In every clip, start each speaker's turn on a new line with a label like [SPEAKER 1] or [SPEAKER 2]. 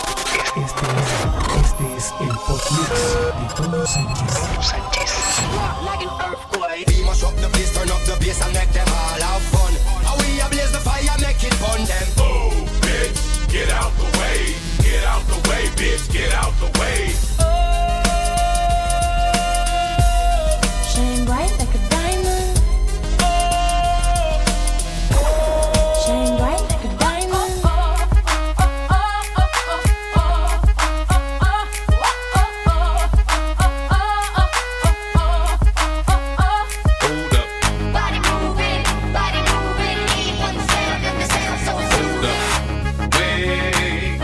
[SPEAKER 1] Este es, este es el podcast de Todos Sánchez.
[SPEAKER 2] Beam us up the place, turn up the bass and make them all have fun. How we a blaze the fire, make it burn them.
[SPEAKER 3] Move, bitch, get out the way. Get out the way, bitch, get out the way.
[SPEAKER 4] Shine bright like a diamond. Shine bright like a diamond.
[SPEAKER 3] Hold up,
[SPEAKER 5] Body moving, body moving, keep on yourself and yourself, so it's
[SPEAKER 3] hold up. Wait,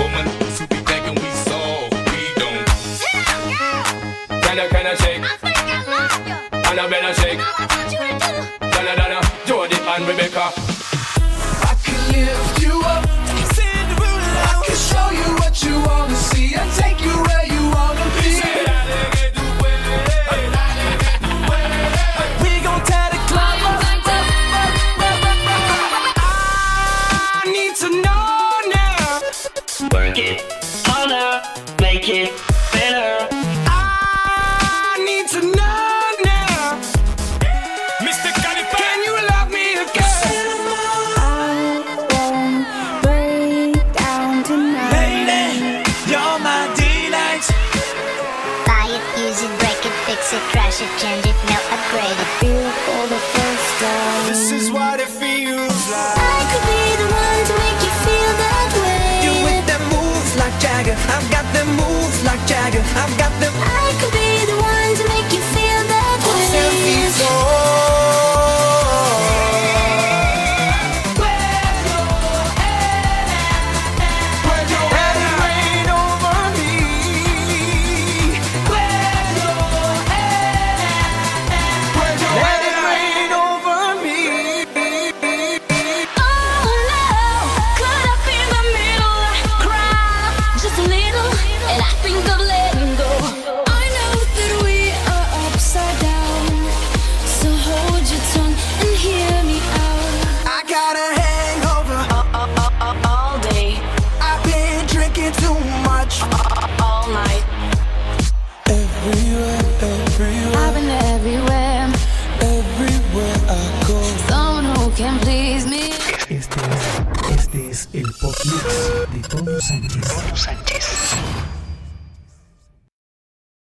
[SPEAKER 3] woman, to be thinking we soft, we don't.
[SPEAKER 5] Sit down, girl.
[SPEAKER 3] Can I, can I shake?
[SPEAKER 5] I think I love you.
[SPEAKER 3] Can I, better shake?
[SPEAKER 5] Now I want you to do.
[SPEAKER 3] Donna, Donna, Jody and Rebecca.
[SPEAKER 6] I can lift you up. I can show you what you wanna see. I take you where you wanna be. We gon' tear the club up. I need to know now.
[SPEAKER 7] Work it harder, make it better.
[SPEAKER 6] I need to know now.
[SPEAKER 3] Mr. Califa.
[SPEAKER 6] Can you love me again?
[SPEAKER 4] Break down tonight.
[SPEAKER 6] you're my delight.
[SPEAKER 5] Buy it, use it, break it, fix it, crash it, change it, melt, upgrade it.
[SPEAKER 4] Feel for the first time.
[SPEAKER 2] This is what it feels like.
[SPEAKER 4] I could be the one to make you feel that
[SPEAKER 6] You
[SPEAKER 4] way.
[SPEAKER 6] with them moves like Jagger. I've got them moves like Jagger. I've got them.
[SPEAKER 4] I could be the one to make you feel that way.
[SPEAKER 6] Selfies on. Where your head at? Rain over me. Where your head at? Rain over me.
[SPEAKER 4] Oh no, could I be the middle? I cry just a little, and I think of letting go. I know that we are upside down, so hold your tongue and hear me out.
[SPEAKER 6] I got a hangover.
[SPEAKER 4] All day,
[SPEAKER 6] I've been drinking too much.
[SPEAKER 4] all night.
[SPEAKER 6] Everywhere, everywhere,
[SPEAKER 4] I've been everywhere,
[SPEAKER 6] everywhere I go.
[SPEAKER 4] someone who can please me.
[SPEAKER 1] Este es, este es el podcast de Todos Sánchez.